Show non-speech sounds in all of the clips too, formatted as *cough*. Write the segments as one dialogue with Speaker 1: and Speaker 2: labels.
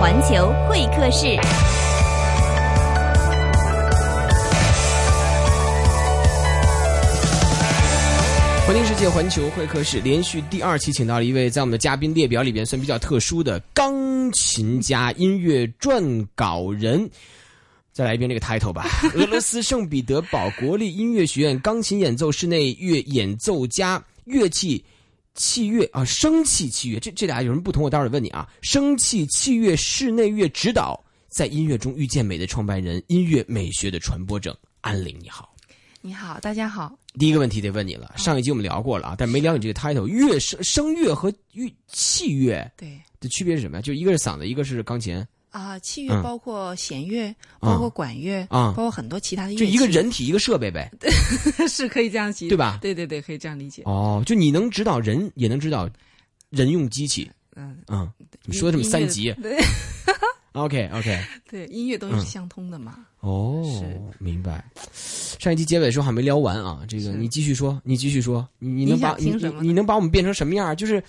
Speaker 1: 环球会客室。
Speaker 2: 环听世界环球会客室连续第二期，请到了一位在我们的嘉宾列表里边算比较特殊的钢琴家、音乐撰稿人。再来一遍这个 title 吧。俄罗斯圣彼得堡国立音乐学院钢琴演奏室内乐演奏家，乐器器乐啊，声器器乐，这这俩有什么不同？我待会儿问你啊。声器器乐室内乐指导，在音乐中遇见美的创办人，音乐美学的传播者安玲，你好。
Speaker 3: 你好，大家好。
Speaker 2: 第一个问题得问你了，
Speaker 3: 嗯
Speaker 2: 上一集我们聊过了啊，但没聊你这个 title 乐声声乐和乐器乐
Speaker 3: 对
Speaker 2: 的区别是什么呀？就一个是嗓子，一个是钢琴
Speaker 3: 啊、器
Speaker 2: 嗯
Speaker 3: 乐包括弦乐，
Speaker 2: 啊
Speaker 3: 包括管乐，
Speaker 2: 啊
Speaker 3: 包括很多其他的乐器，
Speaker 2: 就一个人体一个设备呗，
Speaker 3: 是可以这样理解，
Speaker 2: 对吧
Speaker 3: *laughs* 对对对，可以这样理解。
Speaker 2: 哦，就你能指导人，也能指导人用机器，
Speaker 3: 嗯，
Speaker 2: 嗯，你说这么
Speaker 3: 音乐
Speaker 2: 三级
Speaker 3: 对 *laughs*
Speaker 2: ，OK OK，
Speaker 3: 对，音乐东西是相通的嘛。
Speaker 2: 哦
Speaker 3: *laughs* 是，
Speaker 2: 明白。上一集结尾的时候还没聊完啊，这个
Speaker 3: 是
Speaker 2: 你继续说，你继续说，你你能
Speaker 3: 你想
Speaker 2: 把你
Speaker 3: 听
Speaker 2: 你
Speaker 3: 什么呢
Speaker 2: 你能把我们变成什么样儿？就是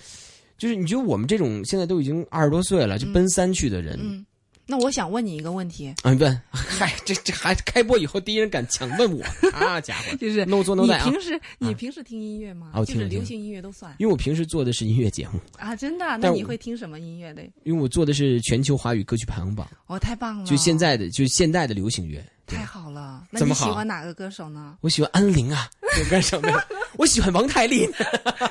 Speaker 2: 就是，你觉得我们这种现在都已经二十多岁了，就奔三去的人，
Speaker 3: 嗯，那我想问你一个问题，
Speaker 2: 啊，你问，嗨，这这还开播以后第一人敢抢问我啊，家
Speaker 3: *laughs*
Speaker 2: 伙
Speaker 3: 就是
Speaker 2: ，no 做 no
Speaker 3: 你
Speaker 2: 带啊。
Speaker 3: 平时、你平时听音乐吗？
Speaker 2: 啊我
Speaker 3: 就
Speaker 2: 听
Speaker 3: 是
Speaker 2: 听
Speaker 3: 流行音乐都算
Speaker 2: 因为我平时做的是音乐节目，
Speaker 3: 啊，真的啊？那
Speaker 2: 但
Speaker 3: 你
Speaker 2: 我
Speaker 3: 会听什么音乐的？
Speaker 2: 因为我做的是全球华语歌曲排行榜，
Speaker 3: 哦，太棒了！
Speaker 2: 就现在的，就现代的流行乐。
Speaker 3: 太好了。那
Speaker 2: 怎
Speaker 3: 你
Speaker 2: 么
Speaker 3: 喜
Speaker 2: 好？
Speaker 3: 欢哪个歌手呢
Speaker 2: *laughs* 我喜欢安陵
Speaker 3: *laughs*
Speaker 2: 啊，有干什么呀？我喜欢王太利，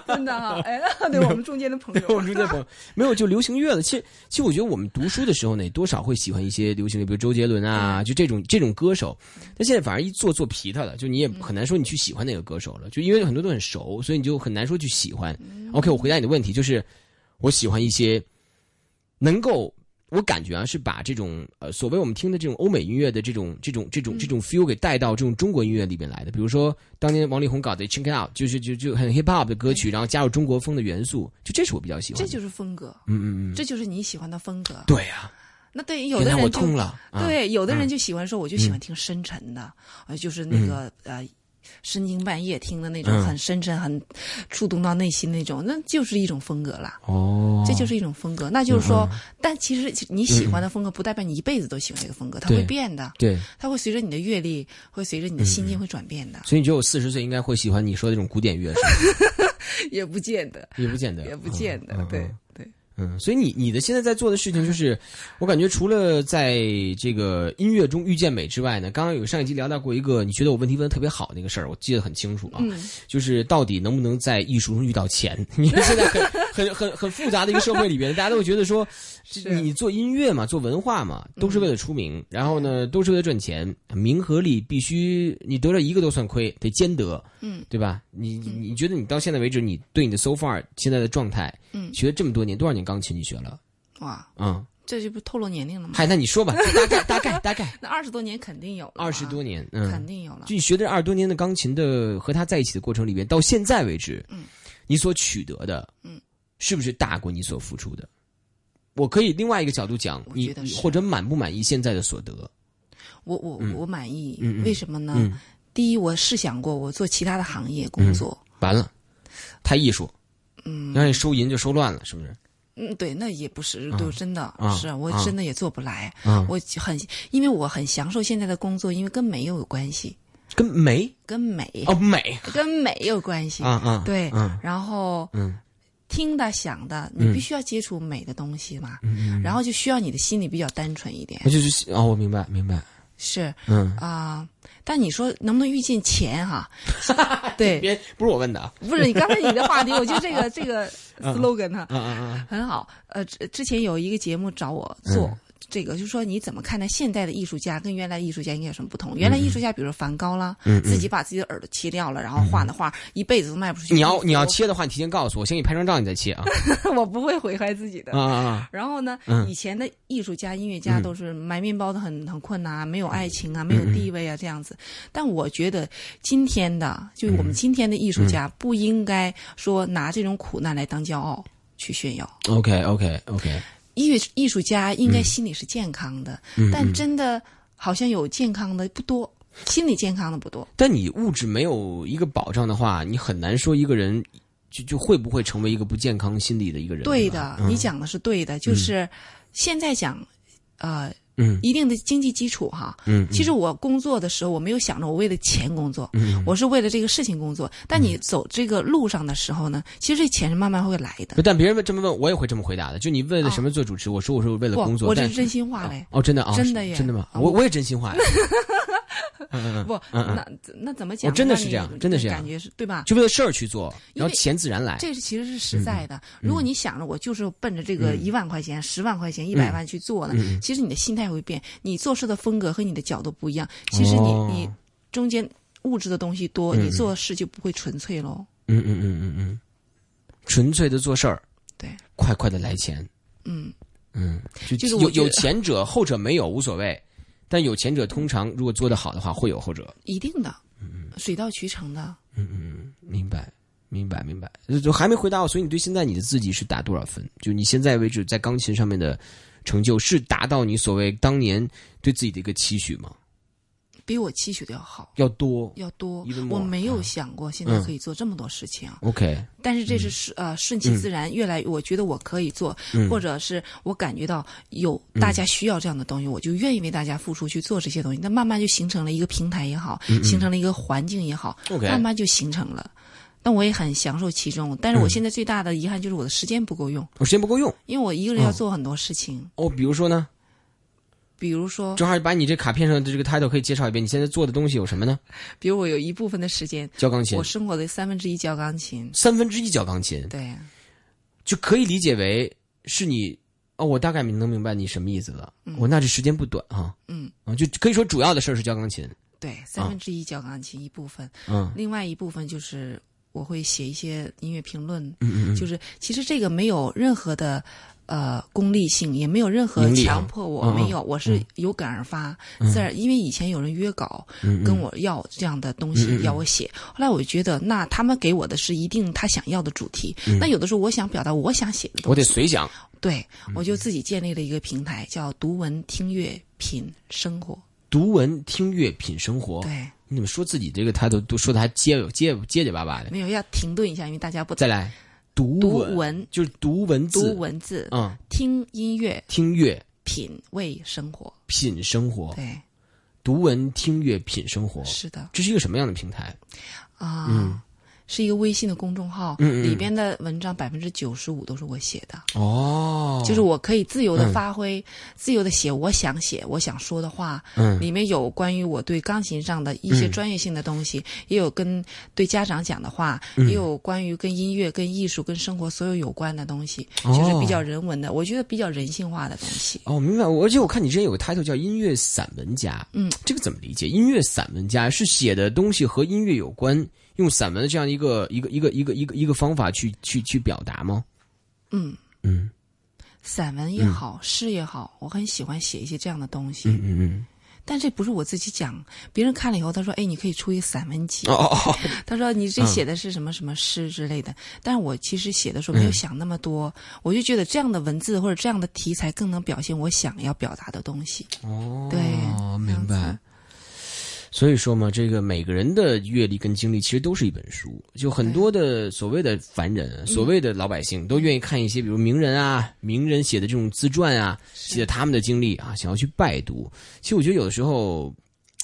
Speaker 3: 真的啊，哎， *laughs* 对我们中间的朋 *laughs*
Speaker 2: 我
Speaker 3: 友
Speaker 2: 们中间朋友没有就流行乐了。其实，其实我觉得我们读书的时候呢，多少会喜欢一些流行乐，比如周杰伦啊，就这种这种歌手。但现在反而一做做皮他了，就你也很难说你去喜欢哪个歌手了，就因为很多都很熟，所以你就很难说去喜欢。OK，我回答你的问题，就是我喜欢一些能够。我感觉啊，是把这种呃所谓我们听的这种欧美音乐的这种这种这种这种 feel 给带到这种中国音乐里边来的。比如说，当年王力宏搞的《Check It Out》，就是就就很 hip hop 的歌曲，然后加入中国风的元素，就这是我比较喜欢的。
Speaker 3: 这就是风格，
Speaker 2: 嗯嗯嗯，
Speaker 3: 这就是你喜欢的风格。
Speaker 2: 对呀、
Speaker 3: 那对于
Speaker 2: 啊，
Speaker 3: 有
Speaker 2: 原
Speaker 3: 的
Speaker 2: 来我
Speaker 3: 人就
Speaker 2: 通了。啊、嗯
Speaker 3: 对，有的人就喜欢说，我就喜欢听深沉的，呃，就是那个、呃，深更半夜听的那种，
Speaker 2: 嗯
Speaker 3: 很深沉，很触动到内心那种，那就是一种风格啦。
Speaker 2: 哦，嗯
Speaker 3: 这就是一种风格，那就是说，但其实你喜欢的风格不代表你一辈子都喜欢这个风格，它
Speaker 2: 对嗯
Speaker 3: 会变的，
Speaker 2: 对，
Speaker 3: 它会随着你的阅历，会随着你的心境会转变的，
Speaker 2: 所以你觉得我四十岁应该会喜欢你说的这种古典乐
Speaker 3: *laughs*
Speaker 2: 是吗？
Speaker 3: 也不见得，
Speaker 2: *laughs* 也不见得，
Speaker 3: 也不见得，
Speaker 2: 嗯
Speaker 3: 对。对，
Speaker 2: 嗯，所以你你的现在在做的事情就是，我感觉除了在这个音乐中遇见美之外呢，刚刚有上一集聊到过一个，你觉得我问题问的特别好那个事儿，我记得很清楚啊，
Speaker 3: 嗯
Speaker 2: 就是到底能不能在艺术中遇到钱？ *laughs* 因为现在很很很很复杂的一个社会里边，大家都会觉得说，这
Speaker 3: 是啊嗯
Speaker 2: 你做音乐嘛，做文化嘛，都是为了出名，然后呢，都是为了赚钱，名和利必须你得了一个都算亏，得兼得，
Speaker 3: 嗯，
Speaker 2: 对吧？你你你觉得你到现在为止，你对你的 so far 现在的状态，
Speaker 3: 嗯
Speaker 2: 学了这么多年，多少年钢琴你学了？
Speaker 3: 哇，
Speaker 2: 嗯，
Speaker 3: 这就不透露年龄了吗？
Speaker 2: 嗨，那你说吧，大概大概大
Speaker 3: *laughs*
Speaker 2: 概
Speaker 3: 那二十多年肯定有了啊，
Speaker 2: 二十多年，
Speaker 3: 肯
Speaker 2: 嗯，
Speaker 3: 定有了
Speaker 2: 就。你学这二十多年的钢琴的和他在一起的过程里边，到现在为止，嗯，你所取得的，
Speaker 3: 嗯，
Speaker 2: 是不是大过你所付出的？我可以另外一个角度讲，
Speaker 3: 我
Speaker 2: 你
Speaker 3: 觉得
Speaker 2: 你
Speaker 3: 是
Speaker 2: 或者满不满意现在的所得？
Speaker 3: 我我我满意，
Speaker 2: 嗯嗯
Speaker 3: 为什么呢？
Speaker 2: 嗯
Speaker 3: 第一，我试想过我做其他的行业工作，
Speaker 2: 完了，太艺术，嗯，让你收银就收乱了，是不是？
Speaker 3: 嗯对，那也不是，对，真的、
Speaker 2: 啊
Speaker 3: 是我
Speaker 2: 啊
Speaker 3: 真的也做不来，
Speaker 2: 啊
Speaker 3: 我很因为我很享受现在的工作，因为跟美有关系，
Speaker 2: 跟美
Speaker 3: 跟美、
Speaker 2: 哦美
Speaker 3: 跟美有关系，
Speaker 2: 啊啊，
Speaker 3: 对，
Speaker 2: 嗯
Speaker 3: 然后
Speaker 2: 嗯
Speaker 3: 听的想的，你必须要接触美的东西嘛，
Speaker 2: 嗯
Speaker 3: 然后就需要你的心里比较单纯一点，
Speaker 2: 那就是哦，我明白明白，
Speaker 3: 是
Speaker 2: 嗯，
Speaker 3: 啊、但你说能不能遇见
Speaker 2: *laughs*
Speaker 3: 钱哈、对，
Speaker 2: 别不是我问的啊，
Speaker 3: 不是你刚才你的话题，我觉得
Speaker 2: *laughs*
Speaker 3: 这个这个 slogan 哈、
Speaker 2: 啊啊啊，
Speaker 3: 很好。呃，之之前有一个节目找我做。这
Speaker 2: 嗯
Speaker 3: 个就是说，你怎么看待现代的艺术家跟原来艺术家应该有什么不
Speaker 2: 嗯
Speaker 3: 同？原来艺术家，比如说梵高啦，自己把自己的耳朵切掉了，然后画的画一辈子都卖不出
Speaker 2: 嗯
Speaker 3: 去。
Speaker 2: 你要你要
Speaker 3: 我
Speaker 2: 切的话，你提前告诉我，我先给你拍张照，你再切啊
Speaker 3: *laughs* 我不会毁坏自己的
Speaker 2: 啊。啊啊！
Speaker 3: 然后呢，
Speaker 2: 嗯
Speaker 3: 以前的艺术家、音乐家都是埋面包的很很困难啊，没有爱情
Speaker 2: 嗯
Speaker 3: 啊，没有地位啊这样子。但我觉得今天的，就是
Speaker 2: 嗯
Speaker 3: 我们今天的艺术家，不应该说拿这种苦难来当骄傲去炫耀。
Speaker 2: OK OK OK，
Speaker 3: 艺术艺术家应
Speaker 2: 嗯
Speaker 3: 该心理是健康的，但真的好像有健康的不多，心理健康的不多。
Speaker 2: 但你物质没有一个保障的话，你很难说一个人就就会不会成为一个不健康心理的一个人。
Speaker 3: 对
Speaker 2: 吧嗯
Speaker 3: 的，你讲的是对的，就是现在讲呃
Speaker 2: 嗯
Speaker 3: 一定的经济基础哈。
Speaker 2: 嗯，
Speaker 3: 其实我工作的时候，我没有想着我为了钱工作，
Speaker 2: 嗯
Speaker 3: 我是为了这个事情工作。但你走这个路上的时候呢，其实这钱是慢慢会来的
Speaker 2: 不。但别人这么问，我也会这么回答的。就你为了什么做主持？我说我是为了
Speaker 3: 啊不
Speaker 2: 工，作，
Speaker 3: 我这
Speaker 2: 但
Speaker 3: 是真心话嘞。
Speaker 2: 哦，真的啊，
Speaker 3: 真的
Speaker 2: 是
Speaker 3: 耶
Speaker 2: 真的吗？
Speaker 3: 啊
Speaker 2: 我
Speaker 3: 我
Speaker 2: 我也真心话呀，嗯嗯，
Speaker 3: 不，
Speaker 2: 嗯
Speaker 3: 那那怎么讲
Speaker 2: 我
Speaker 3: 呢？
Speaker 2: 真的
Speaker 3: 那
Speaker 2: 是
Speaker 3: 你
Speaker 2: 这样真的是这样
Speaker 3: 感觉是对吧？
Speaker 2: 就为了事儿去做，
Speaker 3: 因
Speaker 2: 然
Speaker 3: 为
Speaker 2: 后钱自然来。
Speaker 3: 这是其实是实在
Speaker 2: 嗯
Speaker 3: 的。如果你想着我就是奔着这个一万块钱、十、万块钱、一
Speaker 2: 嗯
Speaker 3: 百万去做呢，其实你的心态会变，你做事的风格和你的角度不一样。其实你、
Speaker 2: 哦
Speaker 3: 你中间物质的东西多，你做事就不会纯粹喽。
Speaker 2: 嗯嗯嗯嗯嗯，纯粹的做事儿，
Speaker 3: 对，
Speaker 2: 快快的来钱。
Speaker 3: 嗯
Speaker 2: 嗯，就
Speaker 3: 就是
Speaker 2: 有
Speaker 3: 我觉得
Speaker 2: 有钱者，后者没有无所谓，但有钱者通常如果做得好的话，会有后者。
Speaker 3: 一定的，
Speaker 2: 嗯
Speaker 3: 水到渠成的。
Speaker 2: 明白，明白，明白。就就还没回答我，所以你对现在你的自己是打多少分？就你现在为止在钢琴上面的成就是达到你所谓当年对自己的一个期许吗？
Speaker 3: 比我期许的要好，
Speaker 2: 要多
Speaker 3: 要多
Speaker 2: Even。more，嗯
Speaker 3: 我没有想过现在可以做这么多事情，啊
Speaker 2: ？OK，
Speaker 3: 但是这是顺、呃
Speaker 2: 嗯
Speaker 3: 顺其自然，越来我觉得我可以做，或者是我感觉到有
Speaker 2: 嗯
Speaker 3: 大家需要这样的东西，我就愿意为大家付出去做这些东西。那慢慢就形成了一个平台也好，
Speaker 2: 嗯
Speaker 3: 形成了一个环境也好
Speaker 2: OK
Speaker 3: 慢慢就形成了。那我也很享受其中，但是
Speaker 2: 嗯
Speaker 3: 我现在最大的遗憾就是我的时间不够用，
Speaker 2: 我时间不够用
Speaker 3: 因为我一个人要做很多事情，
Speaker 2: 哦。比如说呢，
Speaker 3: 比如说，
Speaker 2: 正好把你这卡片上的这个 title 可以介绍一遍。你现在做的东西有什么呢？
Speaker 3: 比如我有一部分的时间，
Speaker 2: 教钢琴
Speaker 3: 我，生活的三分之一教钢琴，
Speaker 2: 三分之一教钢琴，
Speaker 3: 对。
Speaker 2: 就可以理解为是你哦，我大概能明白你什么意思了。我那这时间不短啊，
Speaker 3: 嗯
Speaker 2: 啊，就可以说主要的事儿是教钢琴。
Speaker 3: 对，三分之一教钢琴一部分，
Speaker 2: 嗯
Speaker 3: 另外一部分就是我会写一些音乐评论，
Speaker 2: 嗯嗯嗯，
Speaker 3: 就是其实这个没有任何的呃功利性，也没有任何
Speaker 2: 盈利啊
Speaker 3: 强迫我，
Speaker 2: 嗯嗯嗯
Speaker 3: 没有，我是有感而发，自然因为以前有人约稿、
Speaker 2: 嗯嗯
Speaker 3: 跟我要这样的东西，
Speaker 2: 嗯嗯嗯
Speaker 3: 要我写，后来我觉得那他们给我的是一定他想要的主题，
Speaker 2: 嗯
Speaker 3: 那有的时候我想表达我想写的
Speaker 2: 我
Speaker 3: 东西，
Speaker 2: 得随想。
Speaker 3: 对
Speaker 2: 嗯
Speaker 3: 我就自己建立了一个平台，叫读文听乐品生活，
Speaker 2: 读文听乐品生活，
Speaker 3: 对，
Speaker 2: 你怎么说自己这个态度都说的还结结结结巴巴的？
Speaker 3: 没有要停顿一下，因为大家不
Speaker 2: 再来，读
Speaker 3: 读
Speaker 2: 文
Speaker 3: 文
Speaker 2: 就是读文字，
Speaker 3: 读文字，
Speaker 2: 嗯，
Speaker 3: 听音乐，
Speaker 2: 听乐
Speaker 3: 品味生活。
Speaker 2: 品生活，
Speaker 3: 对，
Speaker 2: 读文听乐品生活，
Speaker 3: 是的
Speaker 2: 这是一个什么样的平台？
Speaker 3: 啊，
Speaker 2: 嗯
Speaker 3: 是一个微信的公众号，里边的文章百分之九十五都是我写的，
Speaker 2: 哦，
Speaker 3: 就是我可以自由的发挥，自由的写我想写我想说的话。
Speaker 2: 嗯
Speaker 3: 里面有关于我对钢琴上的一些专业性的东西，也有跟对家长讲的话，
Speaker 2: 嗯
Speaker 3: 也有关于跟音乐、跟艺术、跟生活所有有关的东西，就是比较人文的，我觉得比较人性化的东西。
Speaker 2: 哦，明白。我而且我看你之前有个 title 叫音乐散文家，
Speaker 3: 嗯，
Speaker 2: 这个怎么理解？音乐散文家是写的东西和音乐有关，用散文的这样一个一个一个一个一个一个方法去去去表达吗？
Speaker 3: 嗯，
Speaker 2: 嗯
Speaker 3: 散文也好，诗也好，我很喜欢写一些这样的东西。
Speaker 2: 嗯嗯嗯。
Speaker 3: 但这不是我自己讲，别人看了以后，他说：“哎，你可以出一个散文集。
Speaker 2: 哦哦哦，
Speaker 3: 他说：“你这写的是什么什么诗之类的。但是我其实写的时
Speaker 2: 嗯
Speaker 3: 候没有想那么多，我就觉得这样的文字或者这样的题材更能表现我想要表达的东西。
Speaker 2: 哦，
Speaker 3: 对这
Speaker 2: 明
Speaker 3: 样
Speaker 2: 白
Speaker 3: 子。
Speaker 2: 所以说嘛，这个每个人的阅历跟经历其实都是一本书。就很多的所谓的凡人、啊所谓的老百姓，都愿意看一些，比如名人啊、名人写的这种自传啊，写的他们的经历啊，想要去拜读。其实我觉得有的时候，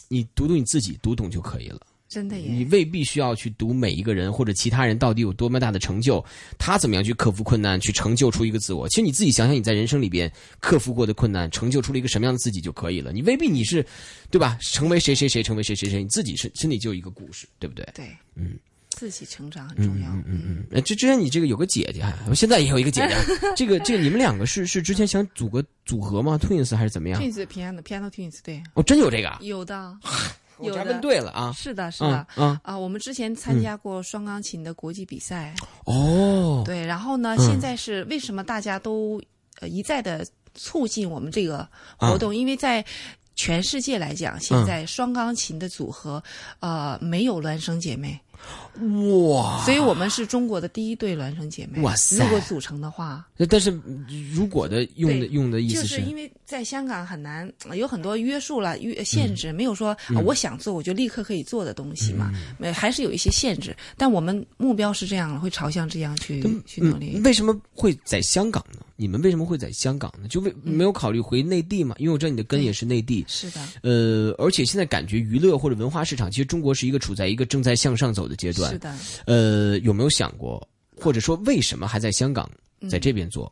Speaker 2: 你读读你自己，读懂就可以了。
Speaker 3: 真的
Speaker 2: 你
Speaker 3: 耶，
Speaker 2: 未必需要去读每一个人或者其他人到底有多么大的成就，他怎么样去克服困难，去成就出一个自我。其实你自己想想，你在人生里边克服过的困难，成就出了一个什么样的自己就可以了。你未必你是，对吧？成为谁谁谁，成为谁谁谁，你自己身身体就有一个故事，对不对？
Speaker 3: 对，
Speaker 2: 嗯，
Speaker 3: 自己成长很重要。嗯
Speaker 2: 嗯，呃之之前你这个有个姐姐，还我现在也有一个姐姐。这个这个，你们两个是是之前想组个组合吗？Twins 还是怎么样？
Speaker 3: ，Twins piano piano Twins 对，
Speaker 2: 哦，真有这个啊，
Speaker 3: 有的，
Speaker 2: *laughs* 我
Speaker 3: 有
Speaker 2: 这还问
Speaker 3: 的，
Speaker 2: 对了啊，
Speaker 3: 是的，是的。
Speaker 2: 啊啊
Speaker 3: 啊，我们之前参加过双钢琴的国际比赛，
Speaker 2: 哦，
Speaker 3: 对，然后呢，
Speaker 2: 嗯
Speaker 3: 现在是为什么大家都呃一再的促进我们这个
Speaker 2: 嗯
Speaker 3: 活动？因为在全世界来讲，现在双钢琴的组合，呃，没有孪生姐妹，
Speaker 2: 哇！
Speaker 3: 所以我们是中国的第一对孪生姐妹。
Speaker 2: 哇塞
Speaker 3: 如果组成的话，
Speaker 2: 那但是嗯如果的用的
Speaker 3: 对
Speaker 2: 用的意
Speaker 3: 就
Speaker 2: 思
Speaker 3: 是因为在香港很难呃有很多约束了、约
Speaker 2: 嗯
Speaker 3: 限制，没有说、啊我想做我就立刻可以做的东西嘛，
Speaker 2: 嗯
Speaker 3: 呃还是有一些限制。但我们目标是这样，会朝向这样去去努力。
Speaker 2: 嗯，为什么会在香港呢？你们为什么会在香港呢？就为
Speaker 3: 嗯
Speaker 2: 没有考虑回内地嘛？因为我知道你的根也是内地。
Speaker 3: 是的，嗯
Speaker 2: 呃，而且现在感觉娱乐或者文化市场，其实中国是一个处在一个正在向上走的阶段
Speaker 3: 是。的。
Speaker 2: 呃，有没有想过，或者说为什么还在香港，
Speaker 3: 嗯
Speaker 2: 在这边做？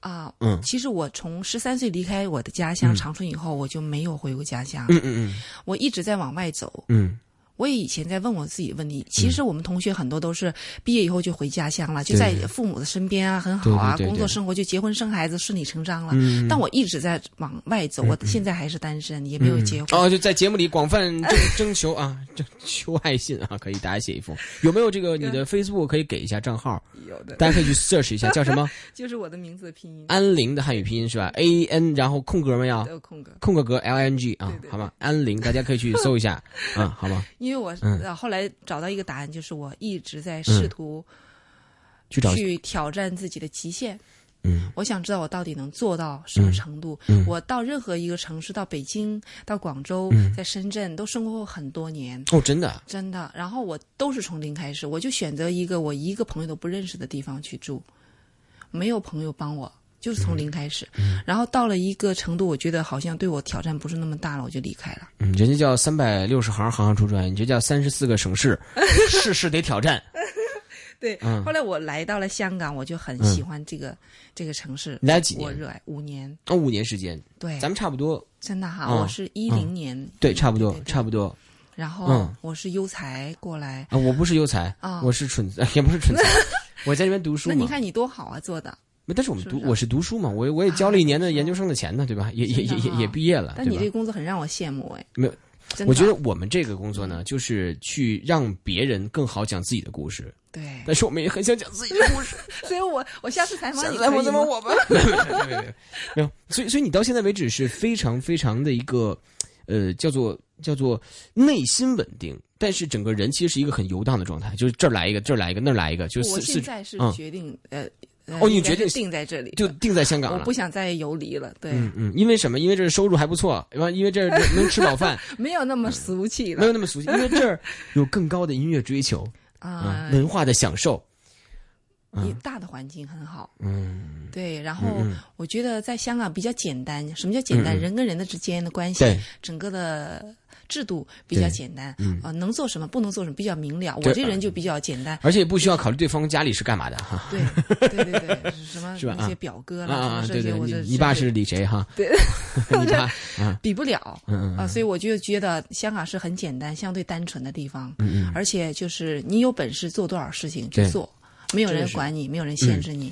Speaker 3: 啊，
Speaker 2: 嗯
Speaker 3: 其实我从十三岁离开我的家乡长春以后，我就没有回过家乡，
Speaker 2: 嗯嗯
Speaker 3: 我一直在往外走。
Speaker 2: 嗯
Speaker 3: 我也以前在问我自己问题，其实我们同学很多都是毕业以后就回家乡了，就
Speaker 2: 对
Speaker 3: 在父母的身边啊，很好啊，
Speaker 2: 对对对对
Speaker 3: 工作生活就结婚生孩子，顺理成章了。
Speaker 2: 嗯
Speaker 3: 但我一直在往外走，我现在还是单身，也没有
Speaker 2: 嗯，
Speaker 3: 结婚。
Speaker 2: 哦，就在节目里广泛征征求啊， *laughs* 征求爱信啊，可以大家写一封。有没有这个你的 Facebook 可以给一下账号，
Speaker 3: 有的，
Speaker 2: 大家可以去 search 一下，叫什么？
Speaker 3: 就是我的名字的拼音
Speaker 2: 安陵的汉语拼音是吧？A N，然后空格吗？要
Speaker 3: 有空格，
Speaker 2: 空个格 L I N G 啊
Speaker 3: 对，对
Speaker 2: 好吗？安陵，大家可以去搜一下
Speaker 3: *laughs*
Speaker 2: 啊，好吗？
Speaker 3: 因为我、
Speaker 2: 嗯
Speaker 3: 呃后来找到一个答案，就是我一直在试图
Speaker 2: 去找
Speaker 3: 去挑战自己的极限。
Speaker 2: 嗯
Speaker 3: 我想知道我到底能做到什么程度。
Speaker 2: 嗯
Speaker 3: 我到任何一个城市，到北京、到广州、在深圳，都生活过很多年，
Speaker 2: 哦，真的
Speaker 3: 真的。然后我都是从零开始，我就选择一个我一个朋友都不认识的地方去住，没有朋友帮我。就是
Speaker 2: 嗯
Speaker 3: 从零开始，然后到了一个程度，我觉得好像对我挑战不是那么大了，我就离开了。
Speaker 2: 嗯，人家叫三百六十行，行行出专业，你这叫三十四个省
Speaker 3: *laughs*
Speaker 2: 市，事事得挑战。
Speaker 3: 对，
Speaker 2: 嗯
Speaker 3: 后来我来到了香港，我就很喜欢这个、这个城市，
Speaker 2: 你来嗯几
Speaker 3: 我
Speaker 2: 年？
Speaker 3: 热爱五年。
Speaker 2: 哦，五年时间，
Speaker 3: 对，
Speaker 2: 咱们差不多，
Speaker 3: 真的哈，
Speaker 2: 嗯
Speaker 3: 我是一零年，
Speaker 2: 对，差不多
Speaker 3: 对，对
Speaker 2: 差不多
Speaker 3: 然后
Speaker 2: 嗯
Speaker 3: 我是优才过来。
Speaker 2: 啊。我不是优才
Speaker 3: 啊，
Speaker 2: 我是蠢， *laughs* 也不是蠢
Speaker 3: *laughs*
Speaker 2: 材，我在这边读书
Speaker 3: 那你
Speaker 2: 嘛。
Speaker 3: 看你多好啊，做的！
Speaker 2: 没但是我们
Speaker 3: 是
Speaker 2: 读
Speaker 3: 不是
Speaker 2: 我是读书嘛，我我也交了一年的
Speaker 3: 啊
Speaker 2: 研究生的钱呢，对吧？也也也
Speaker 3: 真的
Speaker 2: 也
Speaker 3: 哈
Speaker 2: 也毕业了，
Speaker 3: 但
Speaker 2: 对
Speaker 3: 你
Speaker 2: 吧
Speaker 3: 这？个工作很让我羡慕哎。
Speaker 2: 没有，
Speaker 3: 真的嗯
Speaker 2: 我觉得我们这个工作呢，就是去让别人更好讲自己的故事，
Speaker 3: 对，
Speaker 2: 但是我们也很想讲自己的故
Speaker 3: *laughs*
Speaker 2: 事。
Speaker 3: 所以我我下次采访你
Speaker 2: 来
Speaker 3: 可
Speaker 2: 我
Speaker 3: 以
Speaker 2: 怎么
Speaker 3: 吗
Speaker 2: 我吧？没有没有没有没有没有，所以所以你到现在为止是非常非常的一个，呃，叫做叫做内心稳定，但是整个人其实是一个很游荡的状态，就是这儿来一个，这儿来一个，那儿来一个，就四
Speaker 3: 我现
Speaker 2: 四
Speaker 3: 在是
Speaker 2: 嗯
Speaker 3: 决定呃呃
Speaker 2: 哦你
Speaker 3: 应该
Speaker 2: 决定
Speaker 3: 是定在这里，
Speaker 2: 就定在香港
Speaker 3: 我
Speaker 2: 了
Speaker 3: 不。想再游离了，对，
Speaker 2: 嗯嗯，因为什么？因为这儿收入还不错，完因为这儿能吃饱
Speaker 3: *laughs*
Speaker 2: 饭，
Speaker 3: 没有那么俗
Speaker 2: 嗯
Speaker 3: 气
Speaker 2: 没
Speaker 3: 了
Speaker 2: 有那么俗气，因为这儿有更高的音乐追求
Speaker 3: 啊
Speaker 2: 啊，。文化的享受。
Speaker 3: 你大的环境很好，嗯，对。然后我觉得在香港比较简单，什么叫简
Speaker 2: 嗯
Speaker 3: 单？
Speaker 2: 嗯嗯
Speaker 3: 人跟人的之间的关系
Speaker 2: 对，
Speaker 3: 整个的制度比较
Speaker 2: 对嗯
Speaker 3: 简单，啊，能做什么不能做什么比较明了。
Speaker 2: 对啊
Speaker 3: 我这人就比较简单，
Speaker 2: 而且也不需要考虑对方家里是干嘛的哈。
Speaker 3: 对对对
Speaker 2: *laughs*
Speaker 3: 对，什么
Speaker 2: 是吧
Speaker 3: 那些
Speaker 2: 啊
Speaker 3: 表哥
Speaker 2: 啊
Speaker 3: 啦，
Speaker 2: 啊！
Speaker 3: 什么
Speaker 2: 对
Speaker 3: 这
Speaker 2: 对，
Speaker 3: 些，我
Speaker 2: 你
Speaker 3: 这
Speaker 2: 你爸是李谁哈？对， *laughs* 你爸
Speaker 3: 比不了
Speaker 2: 嗯嗯
Speaker 3: 啊，所以我就觉得香港是很简单、相对单纯的地方，嗯嗯，而且就是你有本事做多少事情去
Speaker 2: 对
Speaker 3: 做，没有
Speaker 2: 真的
Speaker 3: 人
Speaker 2: 是嗯
Speaker 3: 管你，没有人限制你，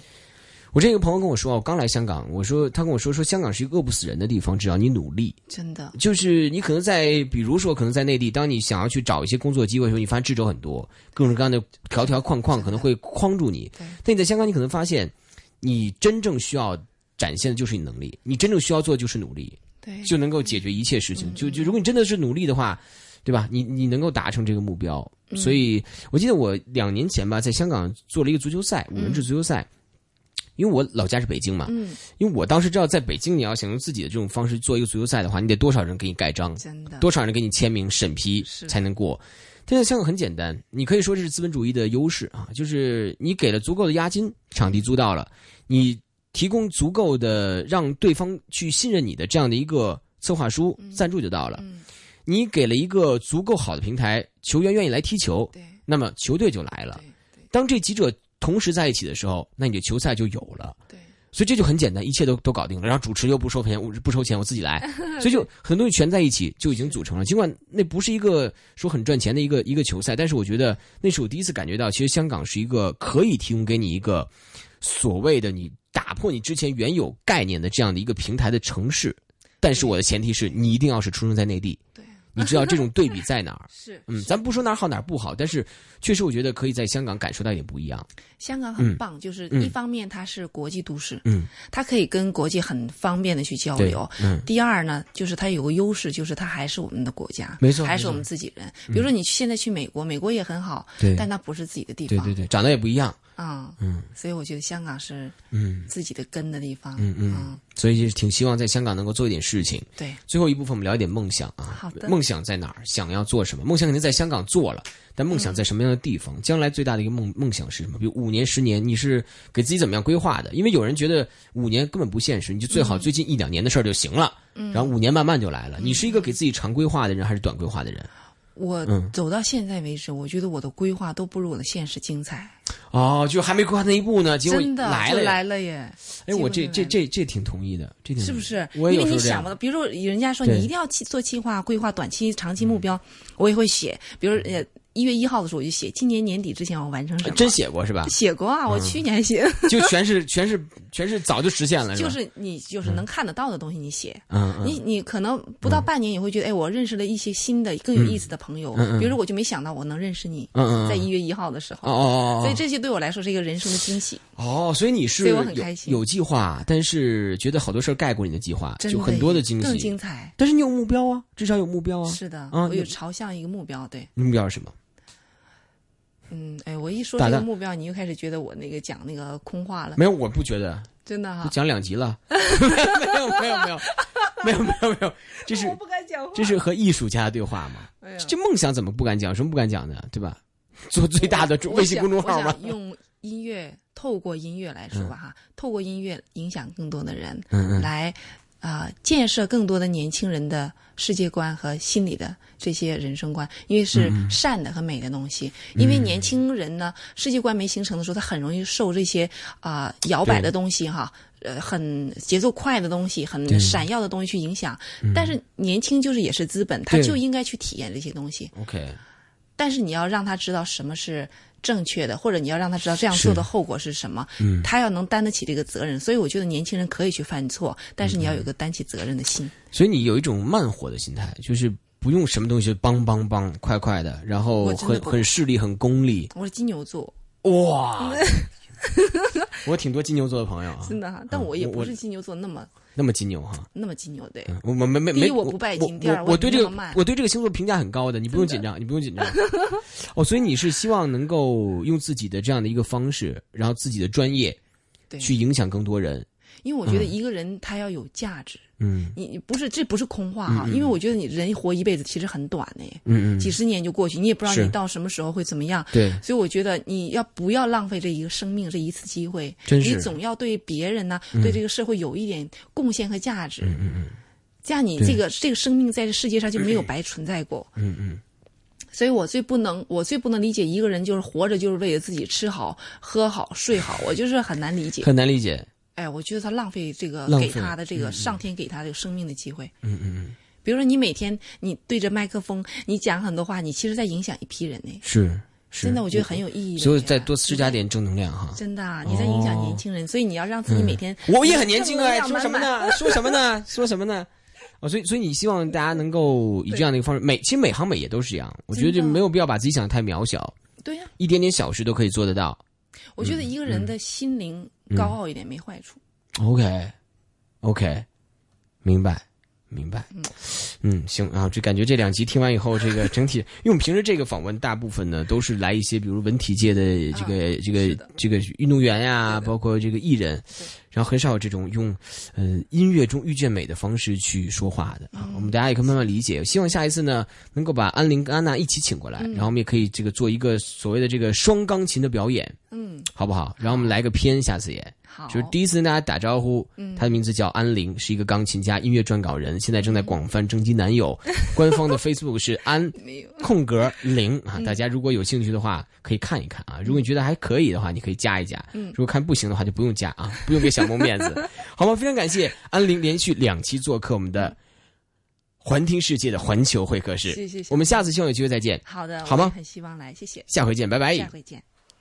Speaker 2: 我这个朋友跟我说，我刚来香港，我说他跟我说说香港是一个饿不死人的地方，只要你努力，
Speaker 3: 真的，
Speaker 2: 就是你可能在比如说可能在内地，当你想要去找一些工作机会的时候，你发现制肘很多，各种各样的条条框框可能会框住你
Speaker 3: 对。
Speaker 2: 但你在香港，你可能发现，你真正需要展现的就是你能力，你真正需要做的就是努力，
Speaker 3: 对，
Speaker 2: 就能够解决一切事情。就就如果你真的是努力的话，对吧？你你能够达成这个目标。所以我记得我两年前吧，在香港做了一个足球赛，五人制足球赛。因为我老家是北京嘛，
Speaker 3: 嗯，
Speaker 2: 因为我当时知道，在北京你要想用自己的这种方式做一个足球赛的话，你得多少人给你盖章，
Speaker 3: 真的，
Speaker 2: 多少人给你签名审批
Speaker 3: 嗯是
Speaker 2: 才能过。但是香港很简单，你可以说这是资本主义的优势啊，就是你给了足够的押金，场地租到了，你提供足够的让对方去信任你的这样的一个策划书、赞助就到了。
Speaker 3: 嗯，
Speaker 2: 你给了一个足够好的平台，球员愿意来踢球，
Speaker 3: 对。
Speaker 2: 那么球队就来了。
Speaker 3: 对
Speaker 2: 当这几者同时在一起的时候，那你的球赛就有了。
Speaker 3: 对对
Speaker 2: 所以这就很简单，一切都都搞定了。然后主持又不收钱，我不收钱，我自己来，所以就很多东西全在一起就已经组成了。尽管那不是一个说很赚钱的一个一个球赛，但是我觉得那是我第一次感觉到，其实香港是一个可以提供给你一个所谓的你打破你之前原有概念的这样的一个平台的城市。但是我的前提是你一定要是出生在内地，
Speaker 3: 对？
Speaker 2: 你知道这种对比在哪儿
Speaker 3: *laughs* 是，
Speaker 2: 嗯，
Speaker 3: 是
Speaker 2: 咱不说哪儿好哪儿不好，但是确实我觉得可以在香港感受到一点不一样。
Speaker 3: 香港很棒，就是一方面它是国际都市，
Speaker 2: 嗯，
Speaker 3: 它可以跟国际很方便的去交
Speaker 2: 对
Speaker 3: 流。，
Speaker 2: 嗯，
Speaker 3: 第二呢，就是它有个优势，就是它还是我们的国家，
Speaker 2: 没错
Speaker 3: 还
Speaker 2: 没
Speaker 3: 是
Speaker 2: 错嗯
Speaker 3: 我们自己人。比如说你现在去美国，美国也很好，
Speaker 2: 对，
Speaker 3: 但它不是自己的地
Speaker 2: 对
Speaker 3: 方
Speaker 2: 对对，长得也不一样，
Speaker 3: 啊。
Speaker 2: 嗯
Speaker 3: 所以我觉得香港是
Speaker 2: 嗯
Speaker 3: 自己的根的地方。啊
Speaker 2: 嗯嗯，所以就是挺希望在香港能够做一点事情。
Speaker 3: 对，
Speaker 2: 最后一部分我们聊一点梦想啊，
Speaker 3: 好的
Speaker 2: 梦想在哪儿？想要做什么？梦想肯定在香港做了，但梦想在什么样的地方？将来最大的一个梦梦想是什么？比如五年、十年，你是给自己怎么样规划的？因为有人觉得五年根本不现实，你就最好最近一两年的事儿就行了，嗯、然后五年慢慢就来了。你是一个给自己长规划的人还是短规划的人？
Speaker 3: 我走到现在为止，我觉得我的规划都不如我的现实精彩，
Speaker 2: 哦，就还没规划那一步呢，结果
Speaker 3: 真的
Speaker 2: 来
Speaker 3: 就
Speaker 2: 了呀。
Speaker 3: 来了耶！
Speaker 2: 哎，我这
Speaker 3: 结果就
Speaker 2: 这
Speaker 3: 来了
Speaker 2: 这这挺同意的，这挺
Speaker 3: 是不是？因
Speaker 2: 嗯我也有
Speaker 3: 为
Speaker 2: 时
Speaker 3: 你
Speaker 2: 候这
Speaker 3: 想
Speaker 2: 样
Speaker 3: 不。到，比如说人家说
Speaker 2: 对嗯
Speaker 3: 你一定要去做计划、规划短期、长期目标，我也会写。比如呃，一月一号的时候我就写，今年年底之前我完成什么。？
Speaker 2: 真写过是吧 *laughs*
Speaker 3: 写过
Speaker 2: 嗯
Speaker 3: 啊，我去年写，
Speaker 2: 就全是全是全是早就实现了，
Speaker 3: 就是
Speaker 2: 吧
Speaker 3: 是你就是能看得到的东西，你写。
Speaker 2: 嗯哎嗯
Speaker 3: 你你可能不到半年，你会觉得，哎，我认识了一些新的更有意思的朋友。比如说，我就没想到我能认识你，
Speaker 2: 嗯嗯，嗯
Speaker 3: 在一月一号的时候。
Speaker 2: 哦哦哦，哦
Speaker 3: 所以这些对我来说是一个人生的惊喜。
Speaker 2: 哦，所以你是
Speaker 3: 所以
Speaker 2: 有
Speaker 3: 我很开心
Speaker 2: 有计划，但是觉得好多事儿盖过你的计划，
Speaker 3: 真
Speaker 2: 就很多的
Speaker 3: 耶
Speaker 2: 惊
Speaker 3: 更
Speaker 2: 喜。
Speaker 3: 精彩。
Speaker 2: 但是你有目标啊，至少有目标啊。
Speaker 3: 是的，
Speaker 2: 啊
Speaker 3: 我有
Speaker 2: 你
Speaker 3: 朝向一个目标，对，
Speaker 2: 你目标是什么？
Speaker 3: 嗯，哎，我一说
Speaker 2: 咋
Speaker 3: 这
Speaker 2: 的
Speaker 3: 个目标，你又开始觉得我那个讲那个空话了，
Speaker 2: 没有，我不觉得，
Speaker 3: 真的
Speaker 2: 都
Speaker 3: 哈，
Speaker 2: 讲两集了。没有没有没有没有没有没有没有，这是
Speaker 3: 哎我不敢讲话，
Speaker 2: 这是和艺术家的对话嘛？
Speaker 3: 哎呀
Speaker 2: 这梦想怎么不敢讲？有什么不敢讲的，对吧？做最大的
Speaker 3: 我
Speaker 2: 微信公众号
Speaker 3: 想我
Speaker 2: 吗
Speaker 3: 想？用音乐，透过音乐来说吧哈，透过音乐影响更多的人，
Speaker 2: 嗯嗯
Speaker 3: 来啊、建设更多的年轻人的世界观和心理的这些人生观，因为是
Speaker 2: 嗯
Speaker 3: 善的和美的东西。因为年轻人呢，世界观没形成的时候，他很容易受这些啊、摇摆的东西哈。呃，很节奏快的东西，
Speaker 2: 对嗯
Speaker 3: 很闪耀的东西去影响，但是年轻就是也是资本，他
Speaker 2: 对
Speaker 3: 就应该去体验这些东西。
Speaker 2: ，OK，
Speaker 3: 但是你要让他知道什么是正确的，或者你要让他知道这样做的后果是什么，
Speaker 2: 嗯
Speaker 3: 他要能担得起这个责任。所以我觉得年轻人可以去犯错，
Speaker 2: 嗯
Speaker 3: 但是你要有一个担起责任的心。
Speaker 2: 所以你有一种慢活的心态，就是不用什么东西梆梆梆快快的，然后
Speaker 3: 我真的
Speaker 2: 很
Speaker 3: 不
Speaker 2: 很势利、很功利。
Speaker 3: 我是金牛座，
Speaker 2: 哇，我挺多金牛座的朋友啊，
Speaker 3: *laughs* 真的哈，但我也
Speaker 2: 我
Speaker 3: 不是金牛座那么
Speaker 2: 那么金牛哈，
Speaker 3: 那么金牛对。
Speaker 2: 嗯我没没没
Speaker 3: 第
Speaker 2: 没
Speaker 3: 一我不拜金第二
Speaker 2: 我
Speaker 3: 我
Speaker 2: 我对这
Speaker 3: 也没那么
Speaker 2: 个
Speaker 3: 慢
Speaker 2: 我对这个星座评价很高的，你不用紧张，你不用紧张。 *laughs* 哦，所以你是希望能够用自己的这样的一个方式，然后自己的专业
Speaker 3: 对
Speaker 2: 去影响更多人，
Speaker 3: 因为我觉得一个人他要有价值，
Speaker 2: 嗯
Speaker 3: 你你不是这不是空话啊哈，因为我觉得你人活一辈子其实很短的耶，
Speaker 2: 嗯嗯，
Speaker 3: 几十年就过去，你也不知道
Speaker 2: 是
Speaker 3: 你到什么时候会怎么样。
Speaker 2: 对，
Speaker 3: 所以我觉得你要不要浪费这一个生命这一次机会？
Speaker 2: 真是嗯
Speaker 3: 你总要对别人呢、对这个社会有一点贡献和价值。嗯嗯这样你
Speaker 2: 对
Speaker 3: 这个这个生命在这世界上就没有白存在过。
Speaker 2: 嗯嗯，
Speaker 3: 所以我最不能，我最不能理解一个人就是活着就是为了自己吃好、喝好、睡
Speaker 2: *laughs*
Speaker 3: 好，我就是很难理解。
Speaker 2: 很难理解，
Speaker 3: 哎，我觉得他浪费这个
Speaker 2: 浪费嗯
Speaker 3: 给他的这个上天给他这个生命的机会。嗯嗯嗯。比如说，你每天你对着麦克风，你讲很多话，你其实在影响一批人呢。
Speaker 2: 是是，
Speaker 3: 真的，我觉得很有啊意义的。
Speaker 2: 所以
Speaker 3: 这
Speaker 2: 再
Speaker 3: 样
Speaker 2: 多施加点正能量哈。
Speaker 3: 真的啊，你在影响年轻人，所以你要让自己每天、
Speaker 2: 哦我也很年轻哎，
Speaker 3: 正
Speaker 2: 说
Speaker 3: 能
Speaker 2: 什
Speaker 3: 量
Speaker 2: 么
Speaker 3: 满满？
Speaker 2: 呢？ *laughs* 说什么呢？说什么呢？哦，所以所以你希望大家能够以这样的一个方式，每其实每行每业都是这样，我觉得就
Speaker 3: 真的
Speaker 2: 没有必要把自己想得太渺小，
Speaker 3: 对呀、
Speaker 2: 一点点小事都可以做得到。
Speaker 3: 我觉得一个人的心灵高傲一点没坏处。
Speaker 2: OK OK，明白明白，嗯，行啊，这感觉这两集听完以后，这个整体，因为我们平时这个访问大部分呢都是来一些比如文体界的这个、这
Speaker 3: 啊是
Speaker 2: 个
Speaker 3: 的
Speaker 2: 这个运动员呀，包括这个艺人，然后很少有这种用呃音乐中遇见美的方式去说话的
Speaker 3: 嗯
Speaker 2: 啊，我们大家也可以慢慢理解。希望下一次呢能够把安林跟安娜一起请过
Speaker 3: 嗯
Speaker 2: 来，然后我们也可以这个做一个所谓的这个双钢琴的表演，
Speaker 3: 嗯，
Speaker 2: 好不好？然后我们来个偏，下次也。
Speaker 3: 好，嗯
Speaker 2: 就是第一次跟大家打招呼，她的名字叫安玲，是一个钢琴家、音乐撰稿人，现在正在广泛征集男友。
Speaker 3: 嗯
Speaker 2: 官方的 Facebook 是安
Speaker 3: 没有
Speaker 2: 空格玲
Speaker 3: 嗯
Speaker 2: 啊，大家如果有兴趣的话，可以看一看啊。如果你觉得还可以的话，你可以加一加；
Speaker 3: 嗯
Speaker 2: 如果看不行的话，就不用加啊，不用给小萌面
Speaker 3: *laughs*
Speaker 2: 子，好吗？非常感谢安玲连续两期做客我们的环听世界的环球会客室，
Speaker 3: 嗯谢谢谢谢
Speaker 2: 我们下次希望有机会再见，
Speaker 3: 好的，
Speaker 2: 好吗哎
Speaker 3: 我也很希望来，谢谢，
Speaker 2: 下回见，拜拜。
Speaker 3: 下回见。